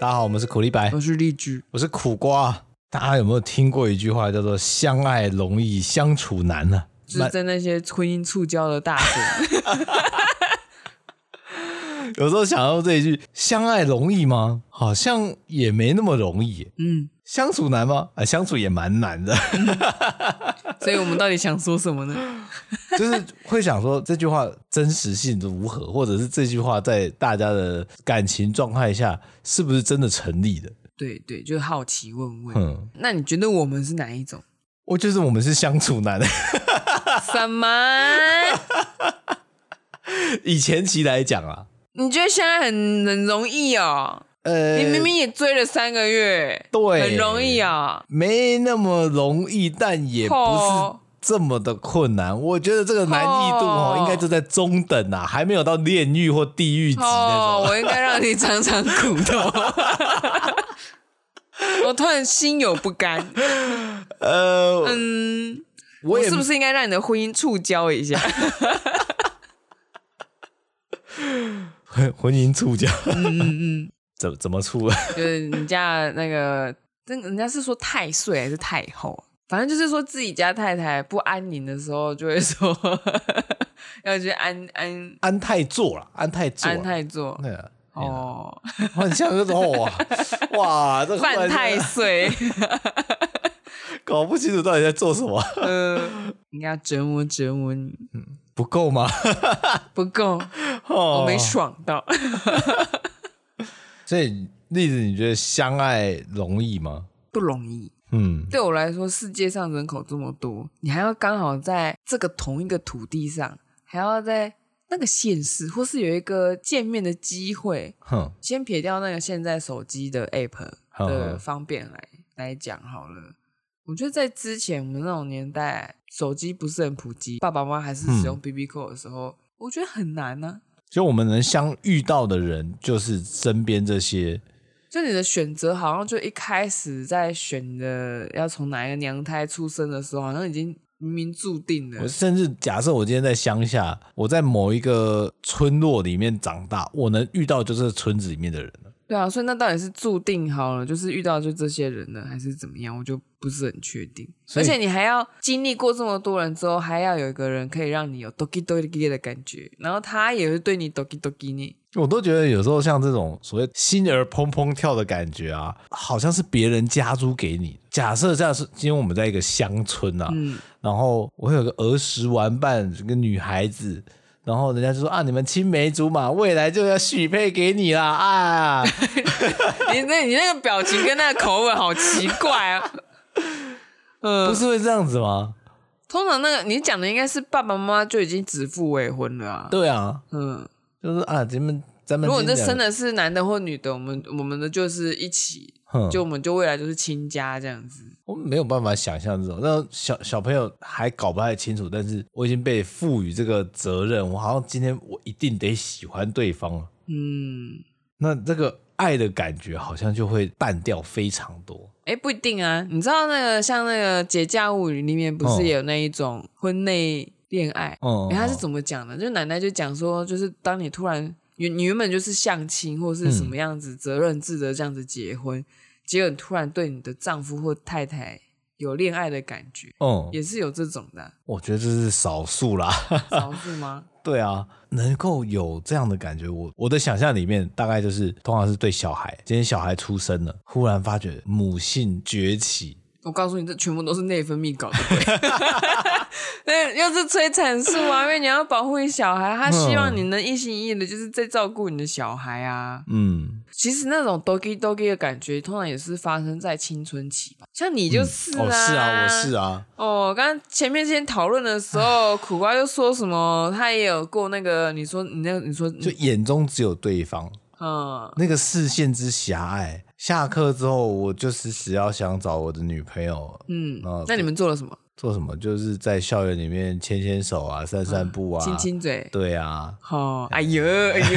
大家好，我们是苦力白，我是荔枝，我是苦瓜。大家有没有听过一句话叫做“相爱容易相处难”啊呢？ 就是在那些婚姻触礁的大神，有时候想到这一句“相爱容易吗”，好像也没那么容易。嗯，相处难吗？啊，相处也蛮难的， 所以我们到底想说什么呢？就是会想说这句话真实性如何，或者是这句话在大家的感情状态下是不是真的成立的？对对，就是好奇问问。嗯，那你觉得我们是哪一种？我就是我们是相处难。什么？ 以前期来讲啊，你觉得现在很很容易哦？呃，你明明也追了三个月，对很容易啊、没那么容易，但也不是哦这么的困难。我觉得这个难易度哦哦，应该就在中等啊，还没有到炼狱或地狱级那哦，种。我应该让你尝尝苦头。 我突然心有不甘，呃，嗯，我我也是不是应该让你的婚姻触礁一下？婚婚姻触角，嗯 怎怎么触？就是你家那个，那人家是说太岁还是太后？啊反正就是说自己家太太不安宁的时候，就会说 要去安安安泰座了，安泰座啦，安太座对啊。哦，很像那种 哇哇，这忽然间犯太 岁，搞不清楚到底在做什 么，呃，应该要折磨折磨你，不够吗？不够，哦我没爽到。所以例子，你觉得相爱容易吗？不容易。嗯，对我来说，世界上人口这么多，你还要刚好在这个同一个土地上，还要在那个县市，或是有一个见面的机会。哼，先撇掉那个现在手机的 app 好的好方便来来讲好了。我觉得在之前我们那种年代，手机不是很普及，爸爸妈妈还是使用 BB 扣的时候，我觉得很难啊呢、就我们能相遇到的人，就是身边这些，就你的选择好像就一开始在选的要从哪一个娘胎出生的时候，好像已经明明注定了我。甚至假设我今天在乡下，我在某一个村落里面长大，我能遇到就是村子里面的人了。对啊，所以那到底是注定好了，就是遇到就这些人呢，还是怎么样？我就不是很确定。所而以且你还要经历过这么多人之后，还要有一个人可以让你有 doki doki 的感觉，然后他也会对你 doki doki 呢。我都觉得有时候像这种所谓心儿砰砰跳的感觉啊，好像是别人加诸给你。假设这样是今天我们在一个乡村啊，嗯，然后我有个儿时玩伴，一个女孩子，然后人家就说啊，你们青梅竹马，未来就要许配给你啦啊！ 你那你那个表情跟那个口吻好奇怪 啊。嗯、不是会这样子吗？通常那个你讲的应该是爸爸妈妈就已经指腹为婚了啊。对啊，嗯，就是啊，咱们咱们如果这今天生讲，的是男的或女的，我们我们的就是一起，哼就我们就未来就是亲家这样子。我没有办法想象这种，那小小朋友还搞不太清楚，但是我已经被赋予这个责任，我好像今天我一定得喜欢对方了，嗯，那这个爱的感觉好像就会淡掉非常多。哎，不一定啊。你知道那个像那个《节假物语》里面不哦是也有那一种婚内恋爱？嗯诶他是怎么讲的？就奶奶就讲说，就是当你突然你你原本就是相亲或是什么样子、责任制的这样子结婚，结果你突然对你的丈夫或太太有恋爱的感觉，嗯，也是有这种的啊、 我觉得这是少数啦。少数吗？对啊，能够有这样的感觉，我我的想象里面大概就是，通常是对小孩，今天小孩出生了，忽然发觉母性崛起，我告诉你，这全部都是内分泌搞的鬼。 那又是催产素啊，因为你要保护你小孩，他希望你能一心一意的，就是在照顾你的小孩啊。嗯，其实那种 doki doki 的感觉，通常也是发生在青春期吧。像你就是啊，哦，是啊，我是啊，哦，刚刚前面之前讨论的时候，苦瓜就说什么，他也有过那个，你说你那个，你说就眼中只有对方，嗯，那个视线之狭隘。下课之后，我就是只要想找我的女朋友，嗯啊那你们做了什么？做什么就是在校园里面牵牵手啊，散散步啊，亲亲嘴。对啊，哦，哎 呦，哎呦，这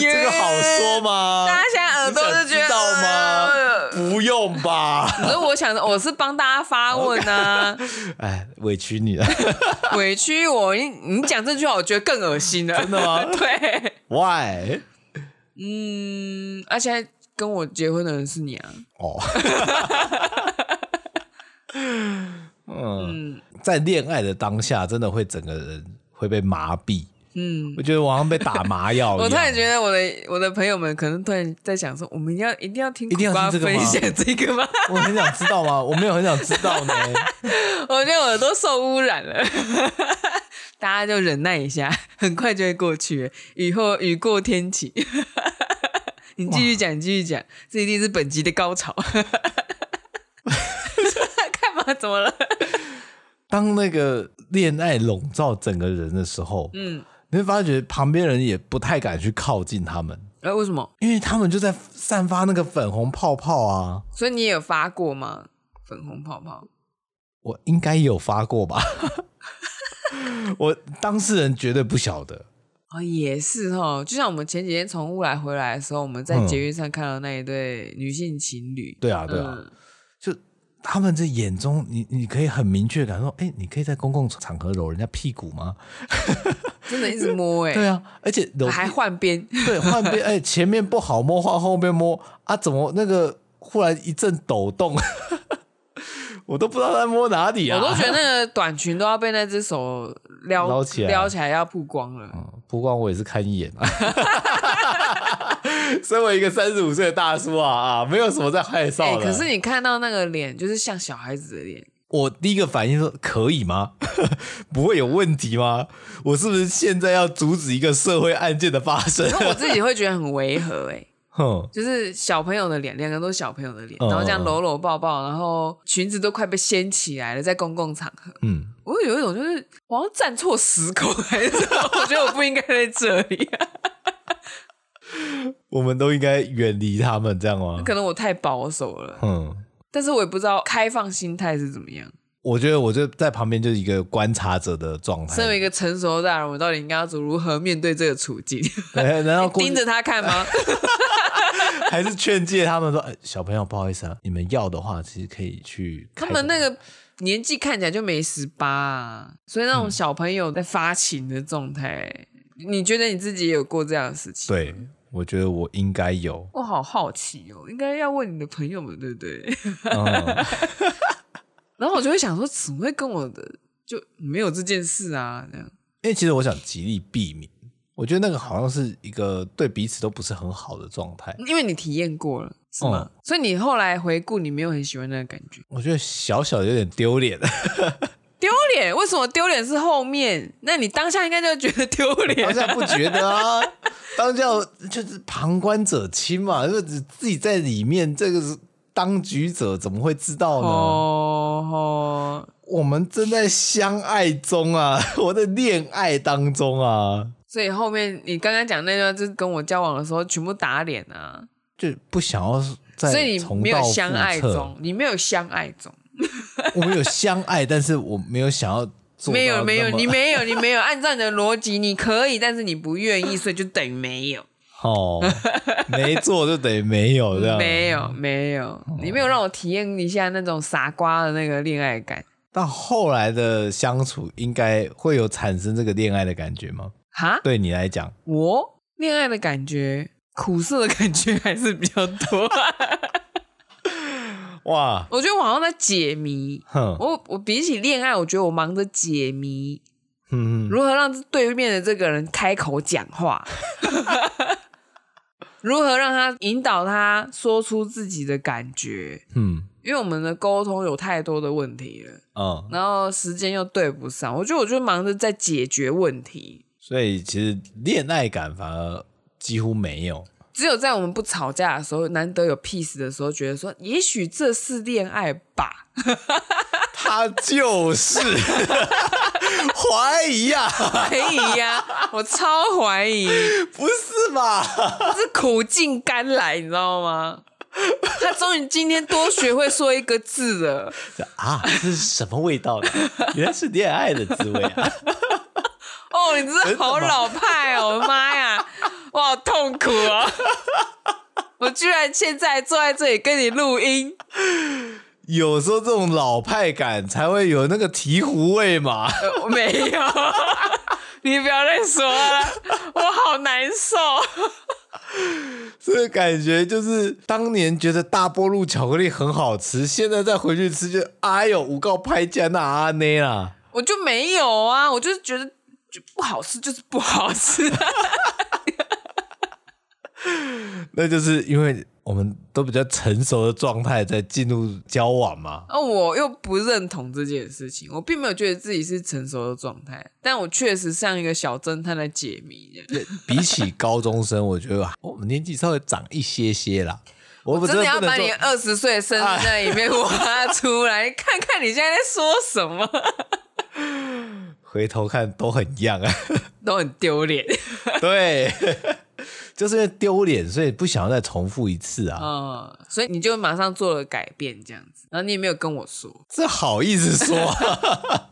这个好说吗？大家现在耳朵就觉得你想知道吗？呃不用吧。可是我想，我是帮大家发问啊， 哎，委屈你了。 委屈我，你你讲这句话，我觉得更恶心了，真的吗 对， Why？嗯，而且跟我结婚的人是你啊，哦。嗯， 嗯在恋爱的当下，真的会整个人会被麻痹。嗯，我觉得我好像被打麻药一样。我突然觉得我的我的朋友们可能突然在想说，我们要一定要听一定要苦听这瓜个分吗享这个吗？我很想知道吗？我没有很想知道呢。我觉得我都受污染了， 大家就忍耐一下，很快就会过去了。雨后雨过天晴， 你继续讲，你继续讲，这一定是本集的高潮。 干嘛？怎么了？当那个恋爱笼罩整个人的时候，嗯，你会发觉旁边人也不太敢去靠近他们，哎、为什么？因为他们就在散发那个粉红泡泡啊。所以你也有发过吗？粉红泡泡？我应该有发过吧？ 我当事人绝对不晓得。哦，也是哦。就像我们前几天从乌来回来的时候，我们在嗯捷运上看到那一对女性情侣。对啊，对啊，嗯就他们这眼中，你你可以很明确地感受，哎、你可以在公共场合揉人家屁股吗？真的一直摸 哎、对啊，而且揉屁还换边。对，换 边哎、前面不好摸，换后面摸啊，怎么那个忽然一阵抖动， 我都不知道在摸哪里啊！我都觉得那个短裙都要被那只手撩捞起来撩起来要曝光了。哎嗯不光我也是看一眼啊。 身为一个三十五岁的大叔啊啊，没有什么在害臊哎、的。可是你看到那个脸，就是像小孩子的脸，我第一个反应说：可以吗？ 不会有问题吗？我是不是现在要阻止一个社会案件的发生？ 因为我自己会觉得很违和、哎，哼，就是小朋友的脸，两个都是小朋友的脸，嗯然后这样搂搂抱抱，然后裙子都快被掀起来了，在公共场合，嗯，我有一种就是我好像站错时空还是什么， 我觉得我不应该在这里、啊我们都应该远离他们，这样吗？可能我太保守了，嗯。但是我也不知道开放心态是怎么样。我觉得我就在旁边就是一个观察者的状态。身 为一个成熟的大人，我到底应该要如何面对这个处境？哎难道过去盯着他看吗？还是劝诫他们说：“哎，小朋友，不好意思啊，你们要的话，其实可以去开他个。”们那个年纪看起来就没十八啊，所以那种小朋友在发情的状态，你觉得你自己也有过这样的事情？，。对，我觉得我应该有我好好奇哦，应该要问你的朋友们，对不对？嗯， 然后我就会想说，怎么会跟我的就没有这件事啊？这样，因为其实我想极力避免，我觉得那个好像是一个对彼此都不是很好的状态。因为你体验过了，是吗？所以你后来回顾，你没有很喜欢那个感觉，我觉得小小的有点丢脸。 丢脸？为什么丢脸是后面？那你当下应该就觉得丢脸当。下不觉得啊，当下就是旁观者清嘛，就是自己在里面，这个是当局者怎么会知道呢？哦，哦我们正在相爱中啊， 我在恋爱当中啊，所以后面你刚刚讲那段，就是跟我交往的时候全部打脸啊，就不想要所再以你重没蹈有覆相爱辙。中，你没有相爱中，我们有相爱，但是我没有想要做到没有那没有，么你没有你没有，按照你的逻辑，你可以，但是你不愿意，所以就等于没有，哦，没做就等于没有这样。没有没有，你没有让我体验一下那种傻瓜的那个恋爱感到后来的相处，应该会有产生这个恋爱的感觉吗？哈，对你来讲，我恋爱的感觉，苦涩的感觉还是比较多。 哇，我觉得我好像在解谜。哼，我我比起恋爱，我觉得我忙着解谜，嗯，如何让对面的这个人开口讲话， 如何让他引导他说出自己的感觉。嗯因为我们的沟通有太多的问题了，嗯，然后时间又对不上，我觉得我就忙着在解决问题。所以其实恋爱感反而几乎没有。只有在我们不吵架的时候，难得有 peace 的时候，觉得说，也许这是恋爱吧。他就是 怀疑呀、怀疑呀、我超怀疑。不是吧？是苦尽甘来，你知道吗？他终于今天多学会说一个字了，啊，这是什么味道呢？原来是恋爱的滋味啊！哦，你真的好老派哦，我的妈 呀，我好痛苦哦！ 我居然现在坐在这里跟你录音，有时候这种老派感才会有那个醍醐味嘛。呃我没有， 你不要再说了，我好难受。这个感觉就是当年觉得大波路巧克力很好吃，现在再回去吃就哎呦，五告拍加那阿内啦，我就没有啊，我就是觉得就不好吃，就是不好吃、 那就是因为我们都比较成熟的状态在进入交往嘛。而哦我又不认同这件事情，我并没有觉得自己是成熟的状态，但我确实像一个小侦探在解谜这样。比起高中生，我觉得我们年纪稍微长一些些啦。我们真的的要不能把你说，二十岁的生日在里面 挖出来， 看看你现在在说什么，回头看都很一样啊。 都很丢脸。对， 就是因为丢脸，所以不想要再重复一次啊。 嗯，所以你就马上做了改变，这样子，然后你也没有跟我说，这好意思说、啊？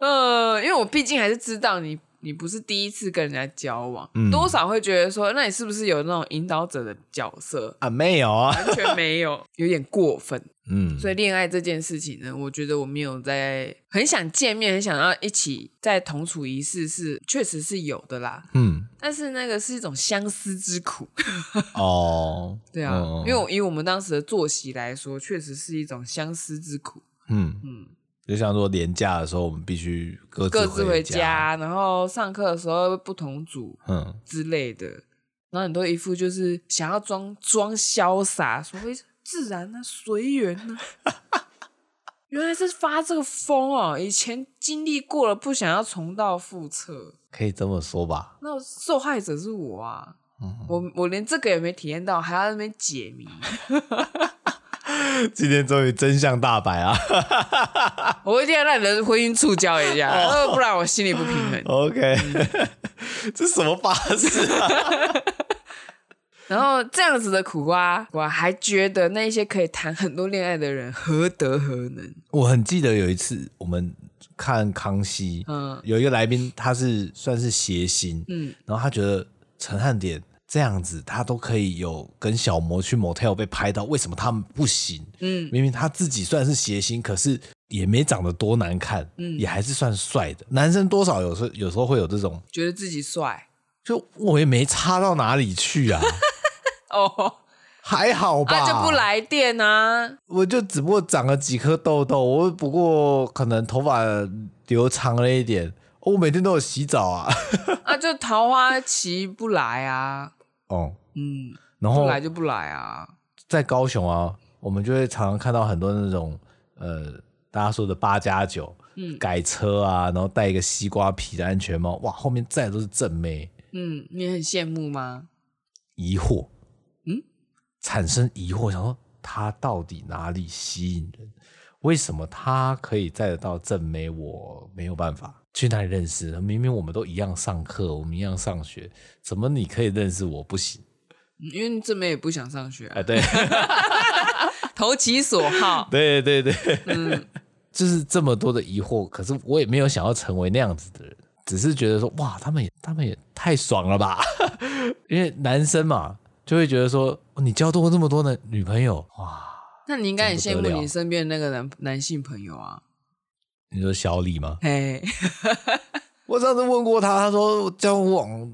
呃，因为我毕竟还是知道你，你不是第一次跟人家交往，多少会觉得说，那你是不是有那种引导者的角色？啊 没有啊。完全没有， 有点过分。嗯，所以恋爱这件事情呢，我觉得我没有在很想见面，很想要一起在同处一室是确实是有的啦。嗯，但是那个是一种相思之苦，哦， 对啊，嗯因为我以我们当时的作息来说，确实是一种相思之苦。嗯嗯嗯，就像说廉价的时候，我们必须哦各各自回回。家，然后上课的时候不同组嗯，之类的，然后你都一副就是想要装装潇洒，所谓自然啊，随缘啊。 原来是发这个疯哦！以前经历过了，不想要重蹈覆辙。可以这么说吧。 那受害者是我啊！哦我我连这个也没体验到，还要在那边解谜。今天终于真相大白啊我一定要让你的婚姻触礁一下，呃不然我心里不平 衡。 ！OK，这 嗯什么巴士啊？然后这样子的苦瓜，我还觉得那一些可以谈很多恋爱的人何德何能？我很记得有一次我们看康熙，嗯有一个来宾他是算是谐星，嗯，然后他觉得陈汉典这样子他都可以有跟小魔去 motel 被拍到，为什么他们不行？嗯明明他自己算是谐星，可是也没长得多难看，嗯，也还是算帅的。男生多少有时候有时候会有这种，觉得自己帅就我也没差到哪里去 啊，哦，还好吧，啊就不来电啊，我就只不过长了几颗痘痘，我不过可能头发留长了一点。哦我每天都有洗澡啊， 啊就桃花期不来啊，哦，嗯，然不后来就不来啊，在高雄啊，我们就会常常看到很多那种呃，大家说的八加九，嗯，改车啊，然后戴一个西瓜皮的安全帽，哇，后面载的都是正妹，嗯，你很羡慕吗？疑惑，嗯，产生疑惑，想说他到底哪里吸引人？为什么他可以载得到正妹，我没有办法？去哪里认识？明明我们都一样上课，我们一样上学，怎么你可以认识我不行？嗯因为这边也不想上学、啊哎，，对 投其所好，对对对，就是这么多的疑惑，可是我也没有想要成为那样子的人，只是觉得说，哇，他们也他们也太爽了吧？ 因为男生嘛，就会觉得说，哦你交过这么多的女朋友，哇，那你应该很真羡不得慕了你身边的那个男男性朋友啊，你说小李吗？嘿，我上次问过他，他说交往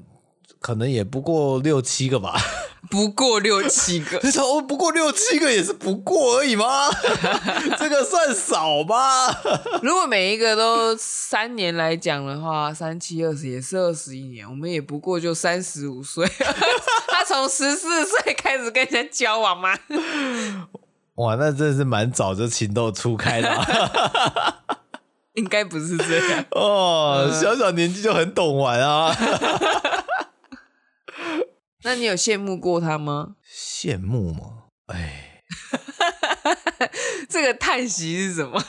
可能也不过六七个吧。 不过六七个，他说哦不过六七个也是不过而已吗？ 这个算少吗？ 如果每一个都三年来讲的话，三七二十也是二十一年，我们也不过就三十五岁。 他从十四岁开始跟人家交往吗？哇，那真的是蛮早就情窦初开了啊、 应该不是这样。哦，小小年纪就很懂玩啊，那你有羡慕过他吗？羡慕吗？哎，这个叹息是什么？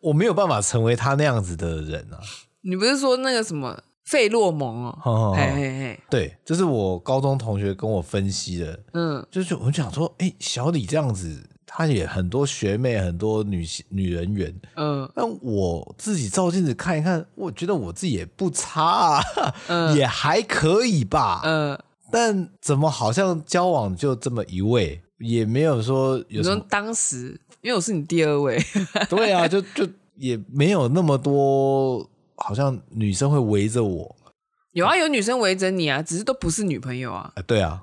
我没有办法成为他那样子的人啊。你不是说那个什么费洛蒙哦？哦嘿嘿嘿，对，这是我高中同学跟我分析的，嗯就是我想说，哎、小李这样子，他也很多学妹，很多女女人缘，嗯但我自己照镜子看一看，我觉得我自己也不差啊，嗯也还可以吧。嗯，但怎么好像交往就这么一位，也没有说有你什说么当时因为我是你第二位， 对啊，就就也没有那么多，好像女生会围着我。有啊，有女生围着你啊，只是都不是女朋友啊。啊，对 啊。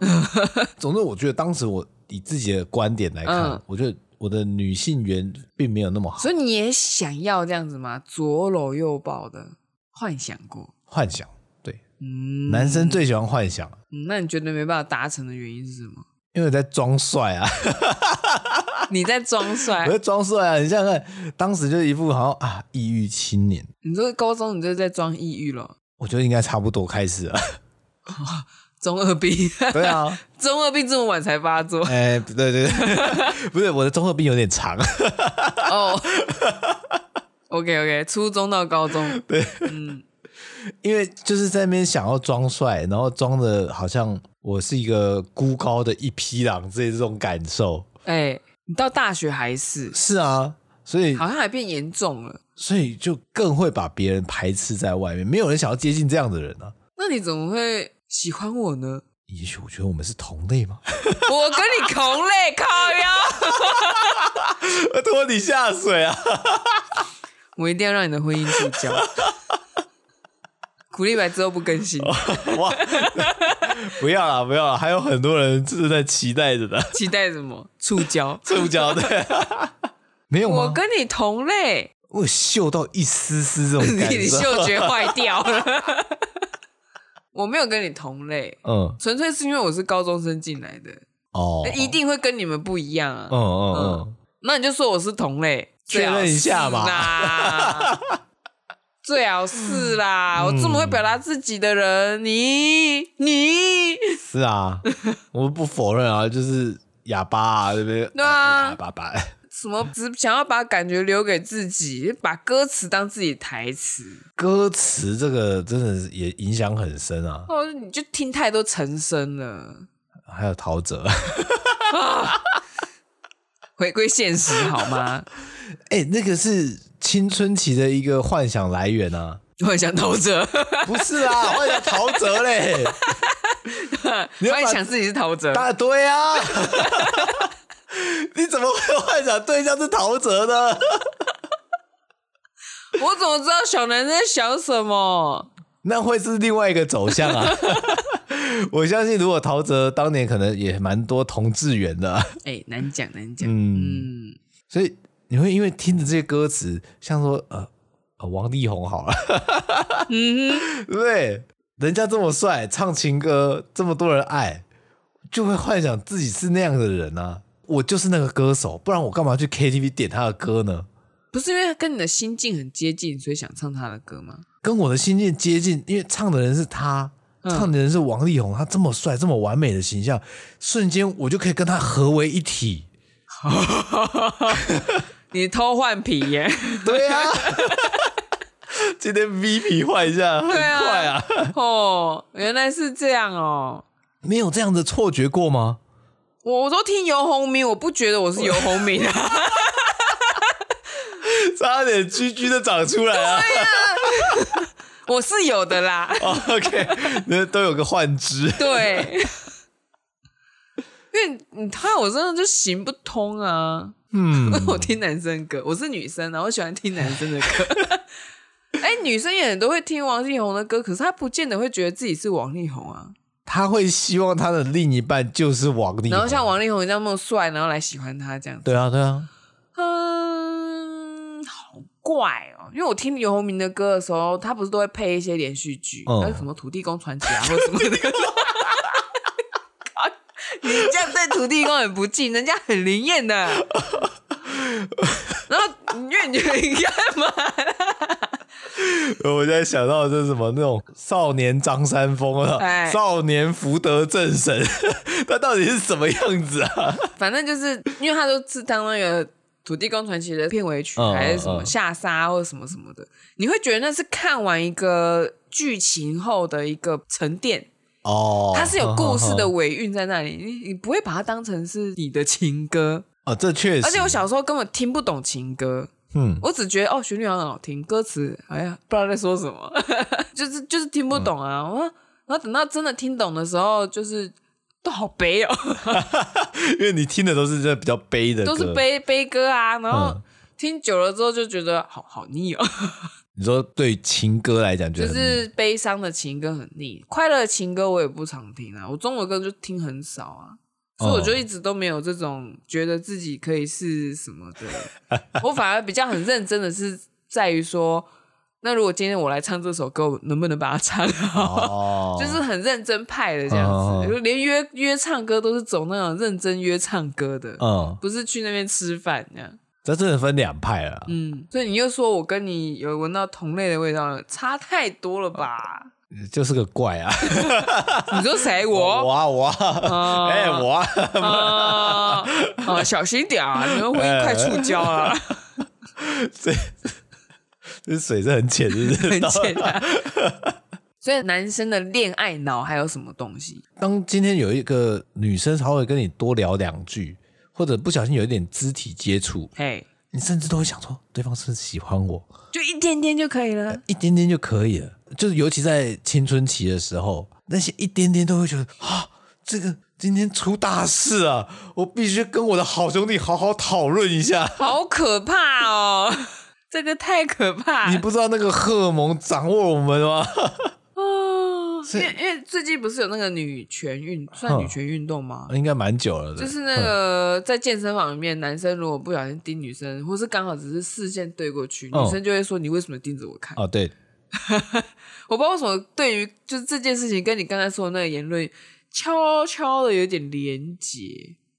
总之，我觉得当时我以自己的观点来看，嗯我觉得我的女性缘并没有那么好。所以你也想要这样子吗？左搂右抱的幻想过，幻想，对，嗯，男生最喜欢幻想，嗯那你觉得没办法达成的原因是什么？因为我在装帅啊，你在装帅 我在？装帅啊。你想想看，当时就是一副好像啊，抑郁青年，你说高中你就在装抑郁了，我觉得应该差不多开始了。中二病， 对啊，中二病这么晚才发作 哎、不对对 对，不是我的综合病有点长， 哦。OK OK，初中到高中，对，嗯，因为就是在那边想要装帅，然后装的好像我是一个孤高的一匹狼之类的这种感受。哎、你到大学还是是啊，所以好像还变严重了，所以就更会把别人排斥在外面，没有人想要接近这样的人啊。那你怎么会喜欢我呢？也许我觉得我们是同类 吗？我跟你同类，靠呀！拖你下水啊！我一定要让你的婚姻注胶。苦力白之后不更哦新，哇， 不要啦，不要啦，还有很多人正在期待着的， 期待什么？触胶。触角的 没有我吗？跟你同类，我有嗅到一丝丝这种你感的受，嗅觉坏掉了。我没有跟你同类，嗯，纯粹是因为我是高中生进来的，哦，一，定会跟你们不一样啊。嗯嗯嗯，那你就说我是同类，确认一下嘛最好是啦。最好是嗯啦，我这么会表达自己的人，你你是啊， 我不否认啊，就是哑巴啊，对不对？对啊哑巴 吧，什么只想要把感觉留给自己，把歌词当自己台词，歌词这个真的是也影响很深啊，哦，你就听太多陈声了，还有陶喆。 回归现实好吗？哎、那个是青春期的一个幻想来源啊，我很想投者，不是 啊，幻想陶喆嘞，我 你要把也想自己是投者，大对啊， 你怎么会有幻想对象是陶喆呢？ 我怎么知道小男生在想什么？那会是另外一个走向啊。 我相信，如果陶喆当年可能也蛮多同志缘的啊、哎、难讲难讲，嗯，嗯，所以你会因为听着这些歌词，像说呃呃王力宏好了，嗯，对不 对？人家这么帅，唱情歌这么多人爱，就会幻想自己是那样的人啊。我就是那个歌手，不然我干嘛去 KTV 点他的歌呢？不是因为跟你的心境很接近，所以想唱他的歌吗？跟我的心境接近，因为唱的人是他，嗯唱的人是王力宏，他这么帅，这么完美的形象，瞬间我就可以跟他合为一体。你偷换皮耶？ 对啊， 今天 V 皮换一下，很对啊快啊。哦，原来是这样哦。没有这样的错觉过吗？我我都听游鸿明，我不觉得我是游鸿明啊。 差点居居的长出来啊、我是有的啦，哦 OK，那都有个幻肢。对，因为你看我真的就行不通啊。 嗯，我听男生歌，我是女生啊，我喜欢听男生的歌。哎、女生也很多会听王力宏的歌，可是她不见得会觉得自己是王力宏啊。他会希望他的另一半就是王力宏。然后像王力宏这样那么帅，然后来喜欢他这样子，对啊，对啊，嗯，好怪哦。因为我听游鸿明的歌的时候，他不是都会配一些连续剧，呃嗯还有什么《土地公传奇》啊，或者什么的。 你这样对土地公很不敬，人家很灵验的。然后，因为你你干嘛？我现在想到的就是什么那种少年张三丰啊，哎少年福德正神， 他到底是什么样子啊？反正就是因为他都是当那个《土地公传奇》的片尾曲，嗯还是什嗯么嗯下沙或者什么什么的，你会觉得那是看完一个剧情后的一个沉淀，哦，它是有故事的尾韵在那里，你你不会把它当成是你的情歌。哦，这确实。而且我小时候根本听不懂情歌，嗯，我只觉得哦旋律好像很好听，歌词哎呀不知道在说什么， 就是就是听不懂啊。嗯我然后等到真的听懂的时候，就是都好悲哦。因为你听的都是这比较悲的歌，都是悲悲歌啊，然后嗯听久了之后就觉得好好腻哦。你说对情歌来讲，觉就得很是悲伤的情歌很腻，快乐的情歌我也不常听啊，我中文歌就听很少啊，所以我哦就一直都没有这种觉得自己可以是什么的，我反而比较很认真的是在于说，那如果今天我来唱这首歌，我能不能把它唱好？哦，就是很认真派的这样哦子，就连约约唱歌都是走那种认真约唱歌的，嗯，不是去那边吃饭这样。这真的分两派了啦。嗯，所以你又说我跟你有闻到同类的味道了，差太多了吧？ 就是个怪啊，你说谁我 嗯我？啊我啊，哦哎、我啊，啊啊！小心点啊，你们会哎 快触礁啊，这水是很浅，是不是？很简单。所以男生的恋爱脑还有什么东西？ 当今天有一个女生稍微跟你多聊两句，或者不小心有一点肢体接触，嘿，你甚至都会想说，对方是不是喜欢我，就一点点就可以了。一点点就可以了。就是尤其在青春期的时候，那些一点点都会觉得啊，这个今天出大事啊，我必须跟我的好兄弟好好讨论一下。好可怕哦！ 这个太可怕你了不知道那个荷尔蒙掌握我们吗？ 哦！因所以为因为最近不是有那个女权运，算嗯女权运动吗？应该蛮久了的，嗯就是那个在健身房里面，男生如果不小心盯女生，或是刚好只是视线对过去，哦女生就会说：“你为什么盯着我看？”哦，对，我不知道为什么对于就是这件事情跟你刚才说的那个言论悄悄的有点连结，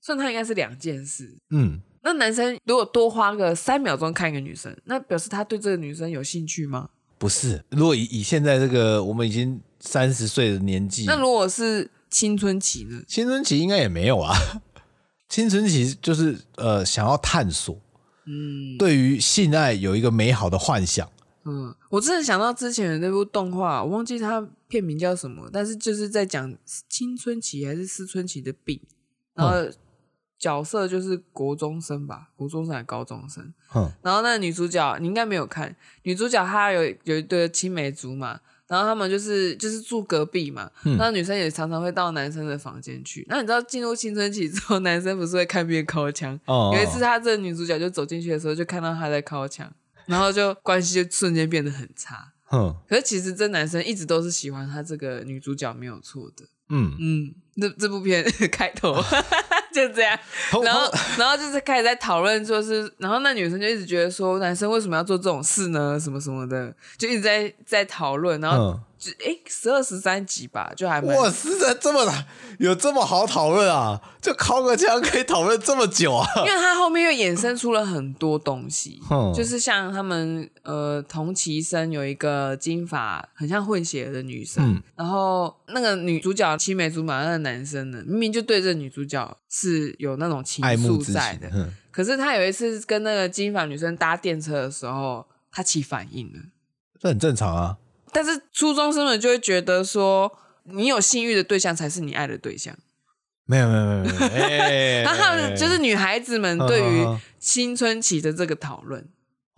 所以它应该是两件事。嗯，那男生如果多花个三秒钟看一个女生，那表示他对这个女生有兴趣吗？不是。如果以以现在这个我们已经三十岁的年纪，那如果是青春期呢？青春期应该也没有啊。 青春期就是呃，想要探索，嗯，对于性爱有一个美好的幻想，嗯，我真的想到之前的那部动画，我忘记它片名叫什么，但是就是在讲青春期还是思春期的病，然后角色就是国中生吧，国中生还是高中生，哼，然后那个女主角你应该没有看，女主角她有有一对青梅竹马，然后他们就是就是住隔壁嘛，那女生也常常会到男生的房间去。那你知道进入青春期之后，男生不是会看遍靠墙？哦有一次，她这个女主角就走进去的时候，就看到她在靠墙，然后就关系就瞬间变得很差。哦哼，可是其实这男生一直都是喜欢她这个女主角没有错的。嗯，嗯，这这部片 开头就这样。通然后， 然后就是开始在讨论，说是，然后那女生就一直觉得说，男生为什么要做这种事呢？什么什么的，就一直在在讨论。然后嗯，就诶，十二十三集吧，就还蛮哇，是在这么有这么好讨论啊？就敲个枪可以讨论这么久 啊？因为它后面又衍生出了很多东西嗯， 就是像他们呃同期生有一个金发很像混血的女生，嗯然后那个女主角青梅竹马那个男生呢，明明就对这女主角是有那种情爱慕愫之在情嗯的，，哼可是他有一次跟那个金发女生搭电车的时候，他起反应了。这很正常啊。但是初中生们就会觉得说，你有性欲的对象才是你爱的对象。没有没有没有没有，哎，然后 他们就是女孩子们嗯对嗯嗯于青春期的这个讨论，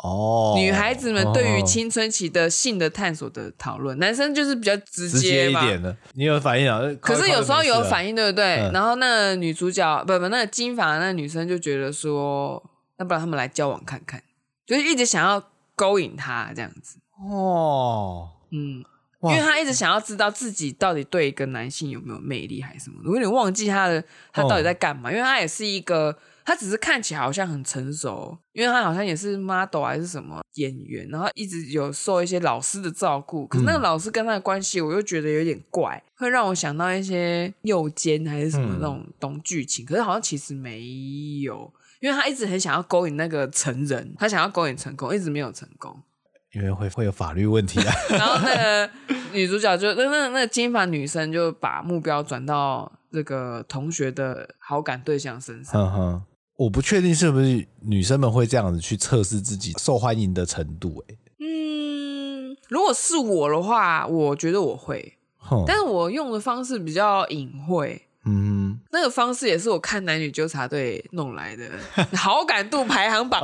哦，女孩子们对于哦青春期的性的探索的讨论，男生就是比较直直接接一嘛。点的，你有反应啊？可是有时候有应，反应，对不对？嗯然后那个女主角不不，那个金发的那个女生就觉得说，那不然他们来交往看看，就是一直想要勾引他这样子。哦，嗯，因哇为他一直想要知道自己到底对一个男性有没有魅力还是什么的，我有点忘记他的他到底在干嘛，哦因为他也是一个，他只是看起来好像很成熟，因为他好像也是 model 还是什么演员，然后一直有受一些老师的照顾，可是嗯那个老师跟他的关系，我又觉得有点怪，会让我想到一些诱奸还是什么嗯那种懂剧情，可是好像其实没有。因为他一直很想要勾引那个成人，他想要勾引成功，一直没有成功。因为会会有法律问题 啊。然后那个女主角就那那那个金发女生就把目标转到这个同学的好感对象身上。哼哼，我不确定是不是女生们会这样子去测试自己受欢迎的程度、欸，哎，嗯，如果是我的话，我觉得我会，哼，但是我用的方式比较隐晦。嗯，那个方式也是我看《男女纠察队》弄来 的，好感度排行榜，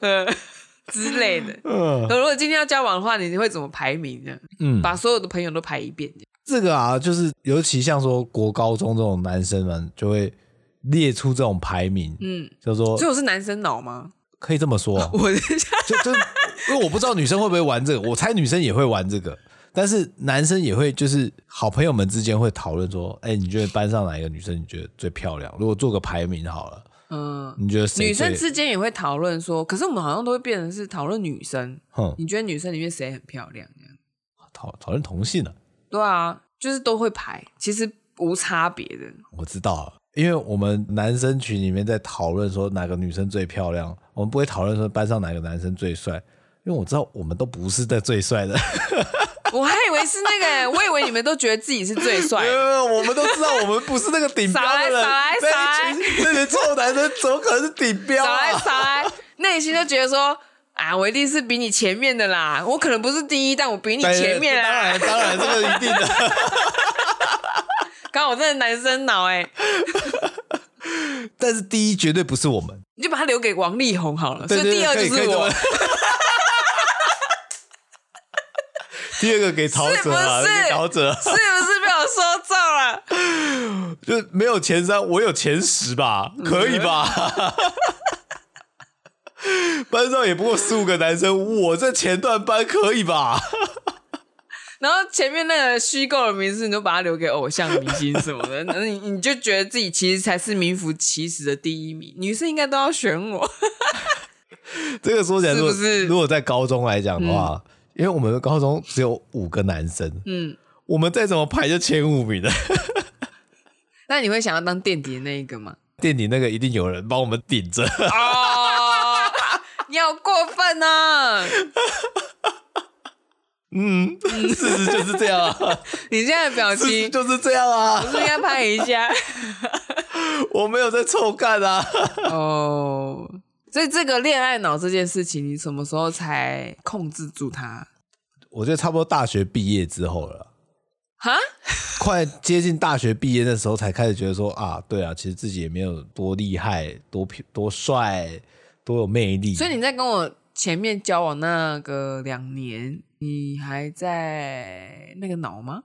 呃 之类的。呃，如果今天要交往的话，你会怎么排名呢？嗯，把所有的朋友都排一遍，这个啊，就是尤其像说国高中这种男生们就会列出这种排名，嗯，就说所以我是男生脑吗？ 可以这么说，我就就因为我不知道女生会不会玩这个，我猜女生也会玩这个，但是男生也会，就是好朋友们之间会讨论说，哎、你觉得班上哪一个女生你觉得最漂亮？如果做个排名好了，嗯，你觉得谁女生最之间也会讨论说，可是我们好像都会变成是讨论女生，哼你觉得女生里面谁很漂亮？这样讨讨论同性呢、对啊，就是都会排，其实无差别的。 我知道了，因为我们男生群里面在讨论说哪个女生最漂亮，我们不会讨论说班上哪个男生最帅，因为我知道我们都不是在最帅的，我还以为是那个、我以为你们都觉得自己是最 帅因的。为我们都知道我们不是那个顶标的人少来，少那来一群那群臭男生怎么可能是顶标少 来啊？少来，内心就觉得说啊，我一定是比你前面的啦，我可能不是第一，但我比你前面啊当啦。然当然这个一定的， 刚好我真的男生脑哎、但是第一绝对不是我们，你就把它留给王力宏好了。所对以对第对二可以就可以是这我么， 第二个给陶喆啊，是不是给陶喆，是不是被我说中了？就是没有前三，我有前十吧，嗯可以吧？ 班上也不过十五个男生，我这前段班可以吧？然后前面那个虚构的名字，你都把它留给偶像明星什么的，那你你就觉得自己其实才是名副其实的第一名。女生应该都要选我， 这个说起来，如果是不是如果在高中来讲的话，因为我们的高中只有五个男生，嗯，我们再怎么排就前五名的， 那你会想要当垫底的那一个吗？店里那个一定有人帮我们顶着。哦， 你好过分啊！嗯， 事实就是这 样啊，你现在的表事实情就是这样啊，是应该拍一下我没有在臭干啊。哦。所以这个恋爱脑这件事情，你什么时候才控制住它？我觉得差不多大学毕业之后了。哈？快接近大学毕业的时候，才开始觉得说啊，对啊，其实自己也没有多厉害、多漂多帅、多有魅力。所以你在跟我前面交往那个两年，你还在那个脑吗？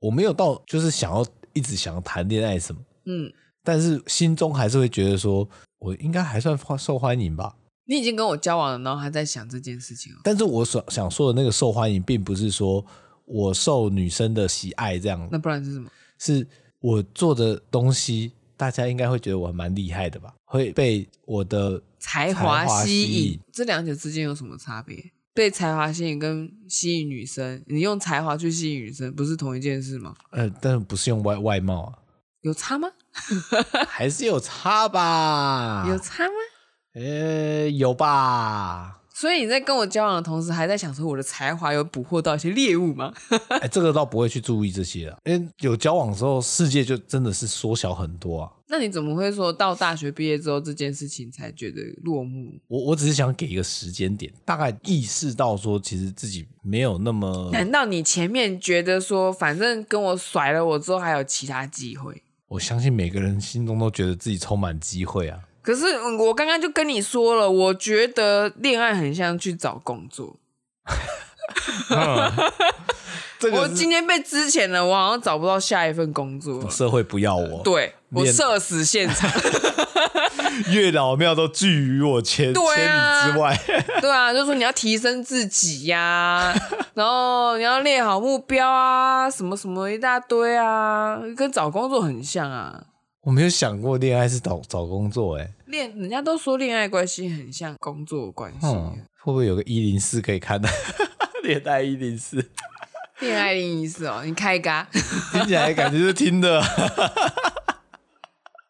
我没有到就是想要一直想要谈恋爱什么，嗯，但是心中还是会觉得说，我应该还算受欢迎吧。你已经跟我交往了，然后还在想这件事情哦。但是我所想说的那个受欢迎，并不是说我受女生的喜爱这样，那不然是什么？是我做的东西，大家应该会觉得我还蛮厉害的吧，会被我的才才华华吸吸引引，这两者之间有什么差别？被才华吸引跟吸引女生，你用才华去吸引女生，不是同一件事吗？呃，但是不是用外外貌啊。有差吗？还是有差吧？有差吗？呃，有 吧？所以你在跟我交往的同时，还在想说我的才华有捕获到一些猎物吗？哎，这个倒不会去注意这些了，因为有交往之后，世界就真的是缩小很多啊。那你怎么会说到大学毕业之后这件事情才觉得落幕？我我只是想给一个时间点，大概意识到说，其实自己没有那么，难道你前面觉得说，反正跟我甩了我之后还有其他机会？我相信每个人心中都觉得自己充满机会 啊。可是嗯我刚刚就跟你说了，我觉得恋爱很像去找工作。这我个是今天被之前了，我好像找不到下一份工作了。社会不要我，对我恋社死现 场，月老庙都拒于我千、对啊千里之外。对啊，就说你要提升自己呀、然后你要列好目标啊，什么什么一大堆啊，跟找工作很像啊。 我没有想过恋爱是找找工作、欸，哎，恋人家都说恋爱关系很像工作关系，啊嗯，会不会有个一零四可以 看的恋爱一零四？恋爱另一次哦，你开嘎，听起来感觉是听的，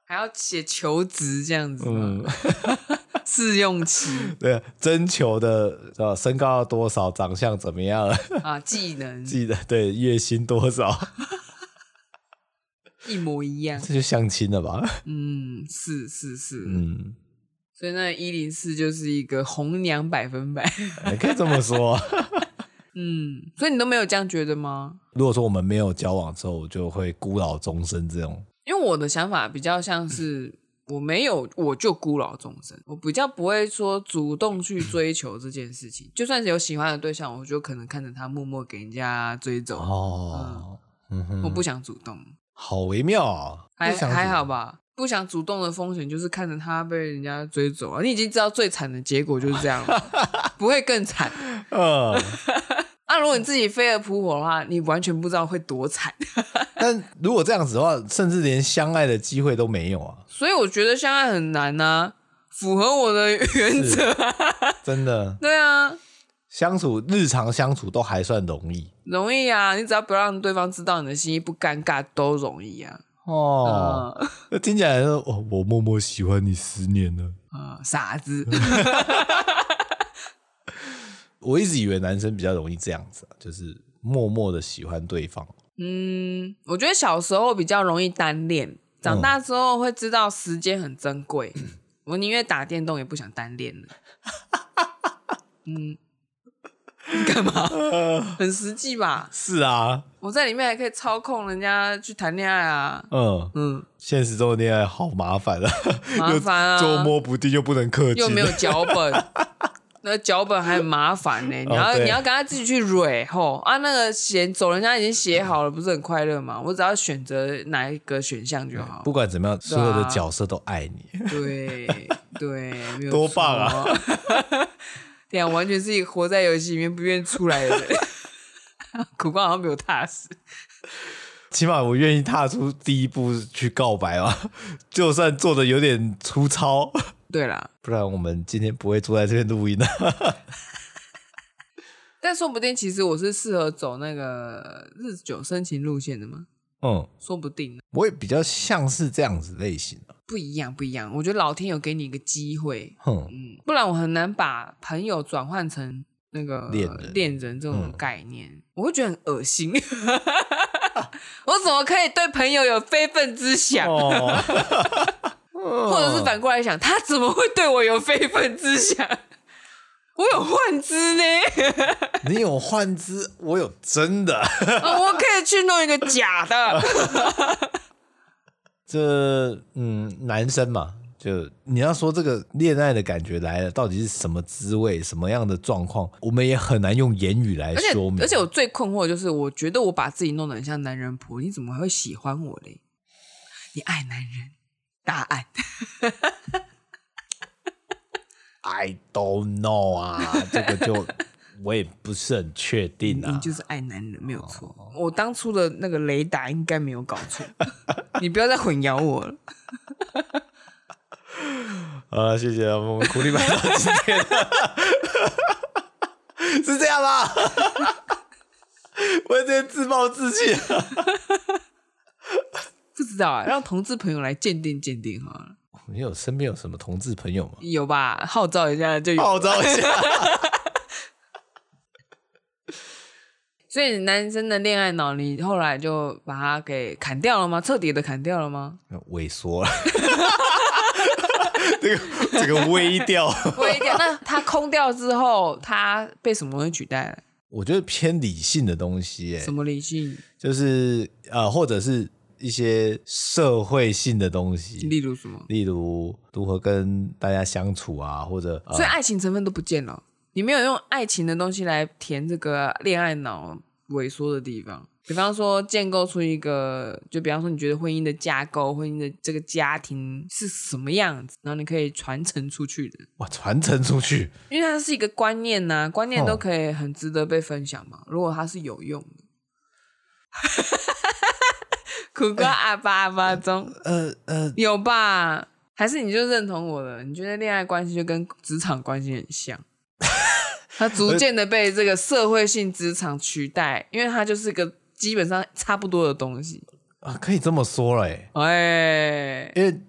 还要写求职这样子吗？ 嗯， 试用期 对，啊征求的呃身高要多少，长相怎么样， 啊，技能记得对月薪多少， 一模一样。这就相亲了吧？嗯，是是是，嗯，所以那一零四就是一个红娘百分百。 哎可以这么说。 嗯，所以你都没有这样觉得吗？如果说我们没有交往之后，我就会孤老终生这种。因为我的想法比较像是。我没有，我就孤老终生。我比较不会说主动去追求这件事情，就算是有喜欢的对象，我就可能看着他默默给人家追走。哦，嗯哼，我不想主动，好微妙、哦，还不想还主好吧？不想主动的风险就是 看着他被人家追走啊，你已经知道最惨的结果就是这样了，不会更惨。呃，啊，如果你自己飞蛾扑火的话，你完全不知道会多惨。 但如果这样子的话，甚至连相爱的机会都没有啊！所以我觉得相爱很难呐、符合我的原则 啊、真的，对啊，相处日常相处都还算容易容易啊，你只要不要让对方知道你的心意，不尴尬都容易啊。哦。啊、那听起来说，哦，我默默喜欢你十年了。啊傻子，我一直以为男生比较容易这样子啊，就是默默的喜欢对方。嗯，我觉得小时候比较容易单恋，长大之后会知道时间很珍贵，我宁愿打电动也不想单恋了。嗯， 你干嘛？很实际吧？是啊，我在里面还可以操控人家去谈恋爱啊。嗯，嗯，现实中的恋爱好麻烦啊，麻烦啊又捉摸不定，又不能氪金，又没有脚本，那脚本还很麻烦呢、你要、对你要跟他自己去蕊吼啊，那个写走人家已经写好了，不是很快乐吗？我只要选择哪一个选项就好不。管怎么样，所啊有的角色都爱你。 对对，没有多棒啊错！对啊，完全是一个活在游戏里面不愿意出来的 人。苦瓜好像比我踏实，起码我愿意踏出第一步去告白啊， 就算做的有点粗糙，对啦，不然我们今天不会坐在这边录音的、啊但说不定其实我是适合走那个日久生情路线的嘛，嗯，说不定呢啊我也比较像是这样子类型的、不一样不一样。我觉得老天有给你一个机会，哼，嗯，不然我很难把朋友转换成那个恋人恋人这种嗯概念，我会觉得很恶心。 我怎么可以对朋友有非分之想？哦，或者是嗯反过来想，他怎么会对我有非分之想？ 我有幻肢 呢、你有幻肢，我有真的， 啊我可以去弄一个假 的。这嗯，男生嘛，就你要说这个恋爱的感觉来了，到底是什么滋味，什么样的状况，我们也很难用言语来而且说明。而且我最困惑的就是，我觉得我把自己弄得很像男人婆，你怎么还会喜欢我嘞？你爱男人，答案 I don't know 啊，这个就我也不是很确定你哦啊。就是爱男人，没有错。我当初的那个雷达应该没有搞 错，你不要再混淆我了。好了，谢谢啊我们苦力白到今天， 是这样吗？ 我这自暴自弃啊。不知道啊，让同志朋友来鉴定鉴定好了，你有身边有什么同志朋友 吗？有吧？号召一下就有。号召一下。 所以男生的恋爱脑，你后来就把它给砍掉了吗？彻底的砍掉 了吗？萎缩了，这个这个微调，我一点。那它空掉之后，它被什么东西取代了？我觉得偏理性的东西、耶什么理性？就是呃，或者是一些社会性的东例西，如什么？例如如何跟大家相处啊，或者、呃所以爱情成分都不见了，你没有用爱情的东西来填这个恋爱脑萎缩的地方。比方说，建构出一个，就比方说，你觉得婚姻的架构、婚姻的这个家庭是什么样子，然后你可以传承出去的。哇传承出去，因为它是一个观念呐、观念哦都可以很值得被分享嘛。如果它是有用的， 苦瓜阿巴阿巴中呃呃，有吧？还是你就认同我的？你觉得恋爱关系就跟职场关系很像？它逐渐的被这个社会性职场取代，因为它就是个基本上差不多的东西。啊可以这么说了、耶，哎，因为。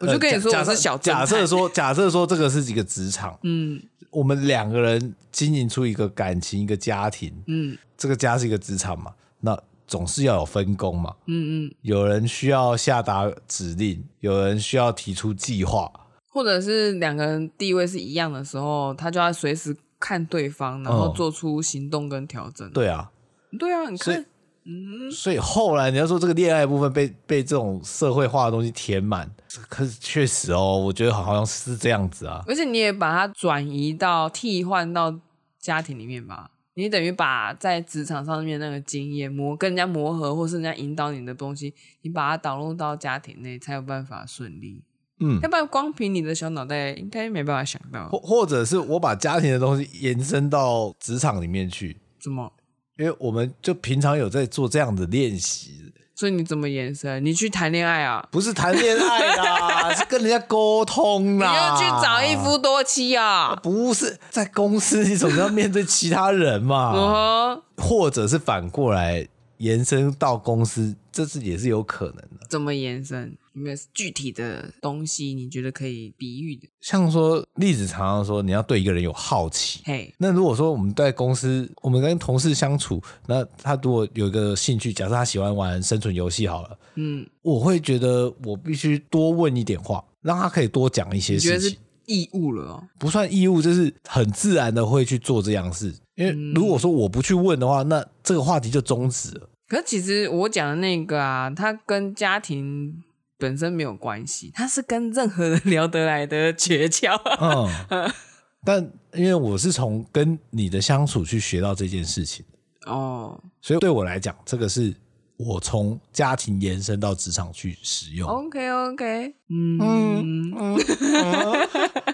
我就呃跟你假说假我是设小侦假设探说，假设说这个是一个职场，嗯我们两个人经营出一个感情，一个家庭，嗯这个家是一个职场嘛，那总是要有分工嘛。嗯嗯，有人需要下达指令，有人需要提出计划。或者是两个人地位是一样的时候，他就要随时看对方，然后嗯做出行动跟调整。对啊，对啊，你所看以，嗯所以后来你要说这个恋爱部分被被这种社会化的东西填满，可是确实哦，我觉得好像是这样子啊。而且你也把它转移到替换到家庭里面吧。你等于把在职场上面那个经验磨跟人家磨合，或是人家引导你的东西，你把它导入到家庭内，才有办法顺利。嗯要，不然光凭你的小脑袋，应该没办法想到或或者是我把家庭的东西延伸到职场里面去，怎么。因为我们就平常有在做这样的练习，所以你怎么延伸？你去谈恋爱啊？不是谈恋爱啦，是跟人家沟通你啦，要去找一夫多妻啊？不是在公司，你总是要面对其他人嘛， 哦，或者是反过来延伸到公司，这是也是有可能的。怎么延伸？有没有具体的东西？你觉得可以比喻的？像说例子常常说，你要对一个人有好奇。嘿，那如果说我们在公司，我们跟同事相处，那他如果有一个兴趣，假设他喜欢玩生存游戏好了，嗯，我会觉得我必须多问一点话，让他可以多讲一些你觉事得情是。义务了哦？不算义务，就是很自然的会去做这样事。因为嗯如果说我不去问的话，那这个话题就终止了。可是其实我讲的那个啊，它跟家庭本身没有关系，它是跟任何人 聊得来的诀窍。啊嗯， 但因为我是从跟你的相处去学到这件事情，哦所以对我来讲，这个是我从家庭延伸到职场去使用。 ，OK OK，嗯，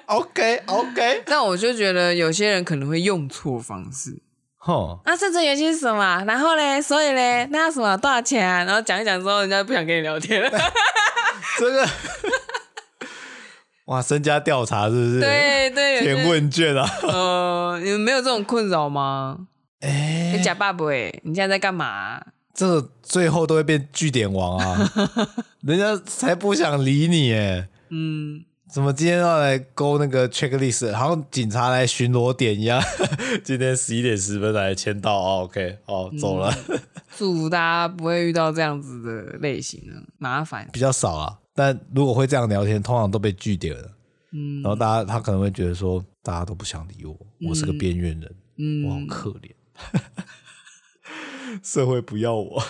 OK OK，那我就觉得有些人可能会用错方式。哼，啊，生存游戏是什么？啊然后嘞，所以嘞，那什么多少钱、啊？然后讲一讲之后，人家不想跟你聊天了。 这个哇，身家调查是不是？，对对，有些填问卷啊。呃，你们没有这种困扰吗？哎、你假爸爸哎，你现在在干嘛、这个最后都会变据点王 啊，人家才不想理你哎。嗯，怎么今天要来勾那个 checklist，好像警察来巡逻点一样。 今天十一点十分来签到哦，OK，哦，嗯走了，祝福大家不会遇到这样子的类型的麻烦。比较少啊。但如果会这样聊天，通常都被据点了。嗯然后大家他可能会觉得说，大家都不想理我，我是个边缘人，我好嗯，可怜， 社会不要我。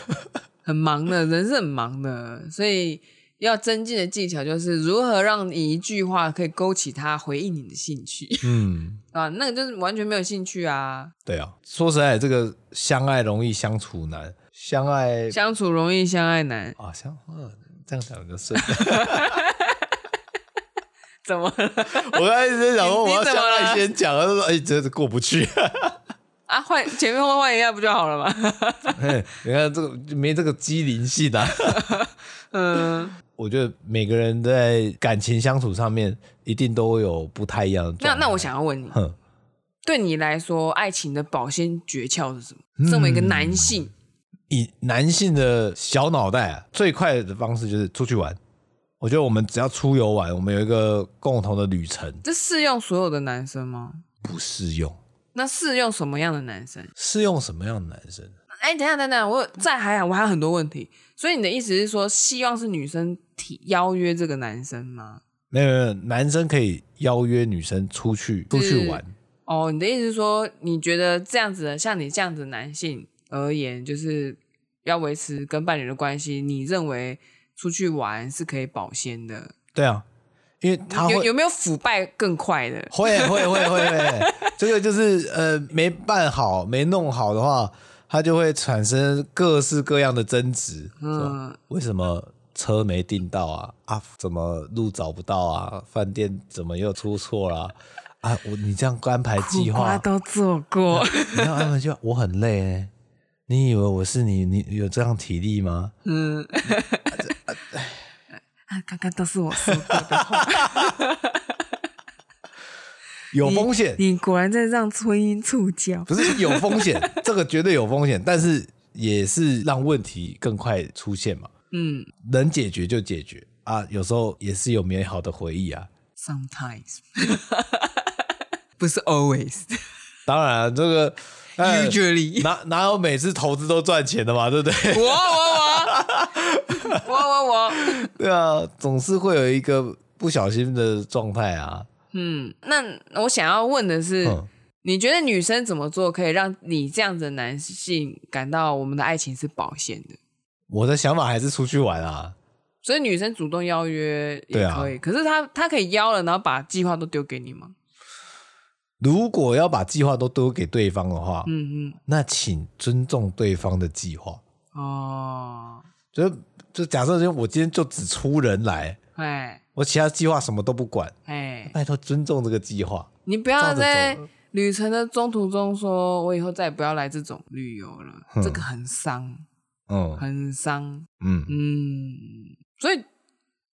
很忙的，人是很忙的，所以要增进的技巧就是如何让你一句话可以勾起他回应你的兴趣 嗯，啊，那个就是完全没有兴趣啊。 对啊，说实在，这个相爱容易相处难，相爱相处容易，相爱难，啊，像呃这样讲就 顺。怎么了我刚才一直在想说，你我你要怎相么了爱先讲，他说哎，这这过不去。啊？换前面换换一下不就好了吗？ 嘿你看这个就没这个机灵性啊的、 嗯，我觉得每个人在感情相处上面一定都会有不太一样的状那态。那我想要问你，啊哼，对你来说，爱情的保鲜诀窍是什么？身为一个男性，以男性的小脑袋、啊、最快的方式就是出去玩。我觉得我们只要出游玩，我们有一个共同的旅程，这适用所有的男生吗？不适用。那适用什么样的男生？适用什么样的男生？哎，等一下等等，我有再还好，我还有很多问题。所以你的意思是说，希望是女生提邀约这个男生吗？没有没有，男生可以邀约女生出去出去玩，哦，你的意思是说，你觉得这样子的，像你这样子的男性而言，就是要维持跟伴侣的关系，你认为出去玩是可以保鲜的？对啊，因为他会有有没有腐败更快的？会会会会会，这个就是呃没办好没弄好的话，它就会产生各式各样的争执。嗯，嗯，为什么车没订到啊？啊，怎么路找不到啊？饭店怎么又出错啦、啊？我你这样安排计苦瓜划，都做过，你要安排计划，我很累哎、你以为我是你？你有这样体力吗？嗯， 啊，刚刚都是我说过的话。有风险，你果然在让婚姻触礁。不是有风险，这个绝对有风险，但是也是让问题更快出现嘛。嗯能解决就解决啊，有时候也是有美好的回忆啊。 ，sometimes，不是 always，usually。当然、啊，这 个、呃哪哪有每次投资都赚钱的嘛，对不对？ 我我我我我我，对啊，总是会有一个不小心的状态啊。嗯，那我想要问的是，嗯，你觉得女生怎么做可以让你这样子的男性感到我们的爱情是保险的？我的想法还是出去玩啊。所以女生主动邀约对也啊可以，可是她她可以邀了，然后把计划都丢给你吗？如果要把计划都丢给对方的话，嗯嗯，那请尊重对方的计划。哦，就就假设就我今天就只出人来，哎，我其他计划什么都不管，哎，拜托尊重这个计划。你不要照着在走了旅程的中途中说，我以后再也不要来这种旅游了，嗯这个很伤，嗯很伤。嗯，嗯，所以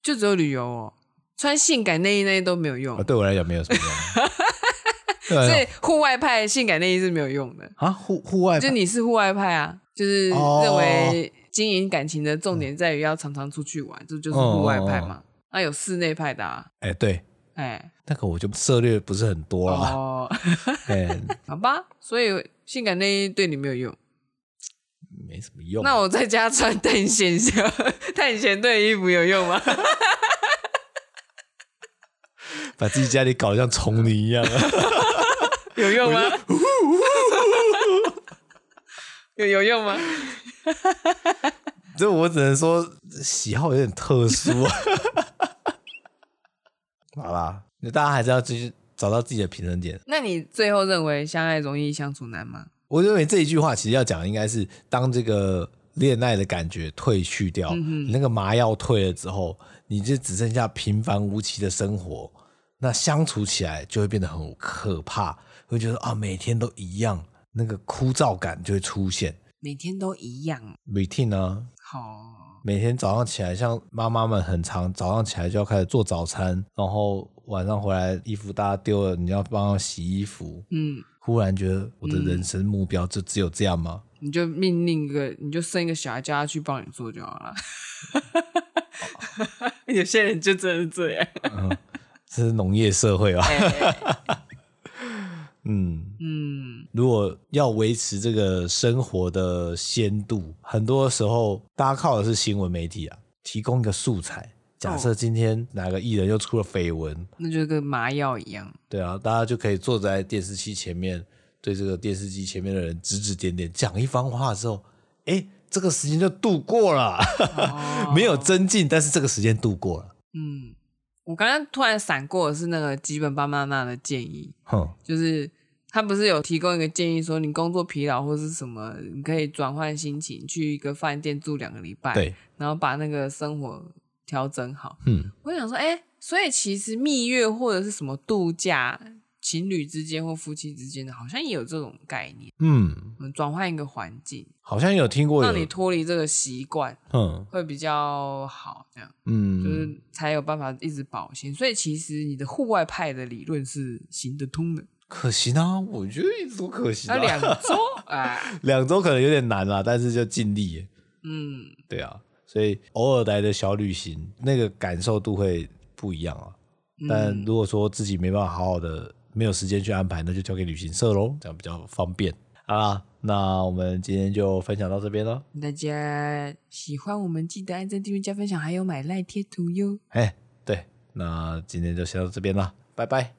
就只有旅游哦，穿性感内衣那些都没有用啊，，对我来讲没有什么 用。对啊我来所讲以户外派性感内衣是没有用的。啊，户户外就你是户外派啊，就是哦认为经营感情的重点在于要常常出去玩，这哦就是户外派嘛。那有室内派的啊，哎、对，哎，那个我就涉猎不是很多了。哦， 哎、好吧，所以性感内衣对你没有用。没什么用。那我在家穿探险鞋、探险队的衣服有用吗？ 把自己家里搞得像丛林一样啊！ 有用吗？ 有有用吗？这我只能说喜好有点特殊、啊。 好啦，那大家还是要继续找到自己的平衡点。那你最后认为相爱容易相处难吗？我认为这一句话其实要讲，应该是当这个恋爱的感觉褪去掉，你那个麻药退了之后，你就只剩下平凡无奇的生活，那相处起来就会变得很可怕，会觉得啊，每天都一样，那个枯燥感就会出现。每天都一样， routine 呢、好、每天早上起来，像妈妈们很常早上起来就要开始做早餐，然后晚上回来衣服大家丢了，你要帮忙洗衣服。嗯，忽然觉得我的人生目标就只有这样吗？你就命令一个，你就生一个小孩叫他去帮你做就好了。 有些人就真的这样。这是农业社会吧？哎 嗯， 嗯，如果要维持这个生活的鲜度，很多时候大家靠的是新闻媒体啊，提供一个素材。假哦设今天哪个艺人又出了绯闻，那就跟麻药一样。对啊，大家就可以坐在电视机前面，对这个电视机前面的人指指点点，讲一番话之后，哎，这个时间就度过了，哦没有增进，但是这个时间度过了。 嗯，我刚刚突然闪过的是那个吉本巴娜娜的建议，哼，就是他不是有提供一个建议，说你工作疲劳或是什么，你可以转换心情，去一个饭店住两个礼拜，，对，然后把那个生活调整好。嗯，我想说，哎、所以其实蜜月或者是什么度假，情侣之间或夫妻之间的，好像也有这种概念，嗯，嗯，转换一个环境，好像有听过让你有，脱离这个习惯嗯会比较好，这样。嗯，就是才有办法一直保鲜。所以其实你的户外派的理论是行得通的。可行啊，我觉得一直都可行、那啊。 两周啊，两周可能有点难啦，但是就尽力。嗯，对啊，所以偶尔来的小旅行，那个感受度会不一样啊。嗯但如果说自己没办法好好的，没有时间去安排，那就交给旅行社喽，这样比较方便。好啦，那我们今天就分享到这边了。大家喜欢我们记得按赞、订阅、加分享，还有买赖贴图哟。哎，对，那今天就先到这边啦，拜拜。